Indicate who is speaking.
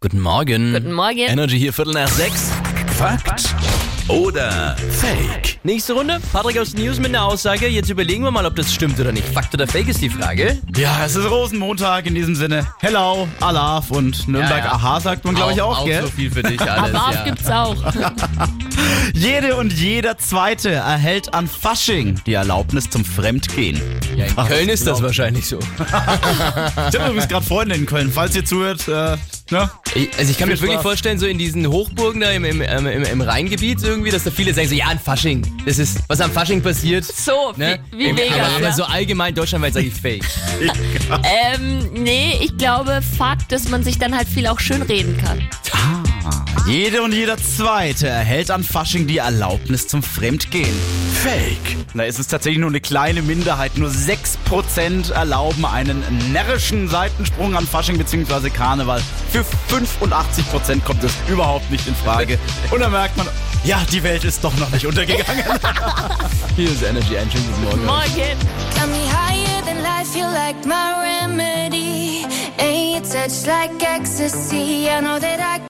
Speaker 1: Guten Morgen.
Speaker 2: Guten Morgen.
Speaker 1: Energy hier, Viertel nach sechs.
Speaker 3: Fakt oder Fake?
Speaker 1: Nächste Runde, Patrick aus News mit einer Aussage. Jetzt überlegen wir mal, ob das stimmt oder nicht. Fakt oder Fake ist die Frage.
Speaker 3: Ja, es ist Rosenmontag in diesem Sinne. Hello, Alaf und Nürnberg
Speaker 1: Ja, ja.
Speaker 3: Aha sagt man, glaube ich, auch, gell?
Speaker 1: so viel für dich alles,
Speaker 2: Aber
Speaker 1: ja.
Speaker 2: gibt's auch.
Speaker 3: Jede und jeder Zweite erhält an Fasching die Erlaubnis zum Fremdgehen.
Speaker 1: ja. In Köln ist das wahrscheinlich so.
Speaker 3: Ich habe übrigens gerade Freunde in Köln, falls ihr zuhört. Äh, ne?
Speaker 1: Ich, also ich kann mir
Speaker 3: Viel
Speaker 1: wirklich
Speaker 3: Spaß.
Speaker 1: vorstellen, so in diesen Hochburgen da im, im, ähm, im, im Rheingebiet irgendwie, dass da viele sagen so, ja, ein Fasching. Das ist, was am Fasching passiert.
Speaker 2: So,
Speaker 1: Ne?
Speaker 2: wie, wie
Speaker 1: Im-
Speaker 2: mega.
Speaker 1: Aber, aber
Speaker 2: ja.
Speaker 1: so allgemein deutschlandweit sage ich Fake.
Speaker 2: ähm, nee, ich glaube, Fakt, dass man sich dann halt viel auch schön reden kann.
Speaker 3: Jede und jeder Zweite erhält an Fasching die Erlaubnis zum Fremdgehen. Fake. Da ist es tatsächlich nur eine kleine Minderheit. Nur 6% erlauben einen närrischen Seitensprung an Fasching bzw. Karneval. Für 85% kommt das überhaupt nicht in Frage. Und da merkt man, ja, die Welt ist doch noch nicht untergegangen.
Speaker 1: Hier ist Energy, einen schönen guten Morgen.
Speaker 2: Morgen.
Speaker 4: Got me higher than life, you're like my remedy. And your touch like ecstasy. I know that I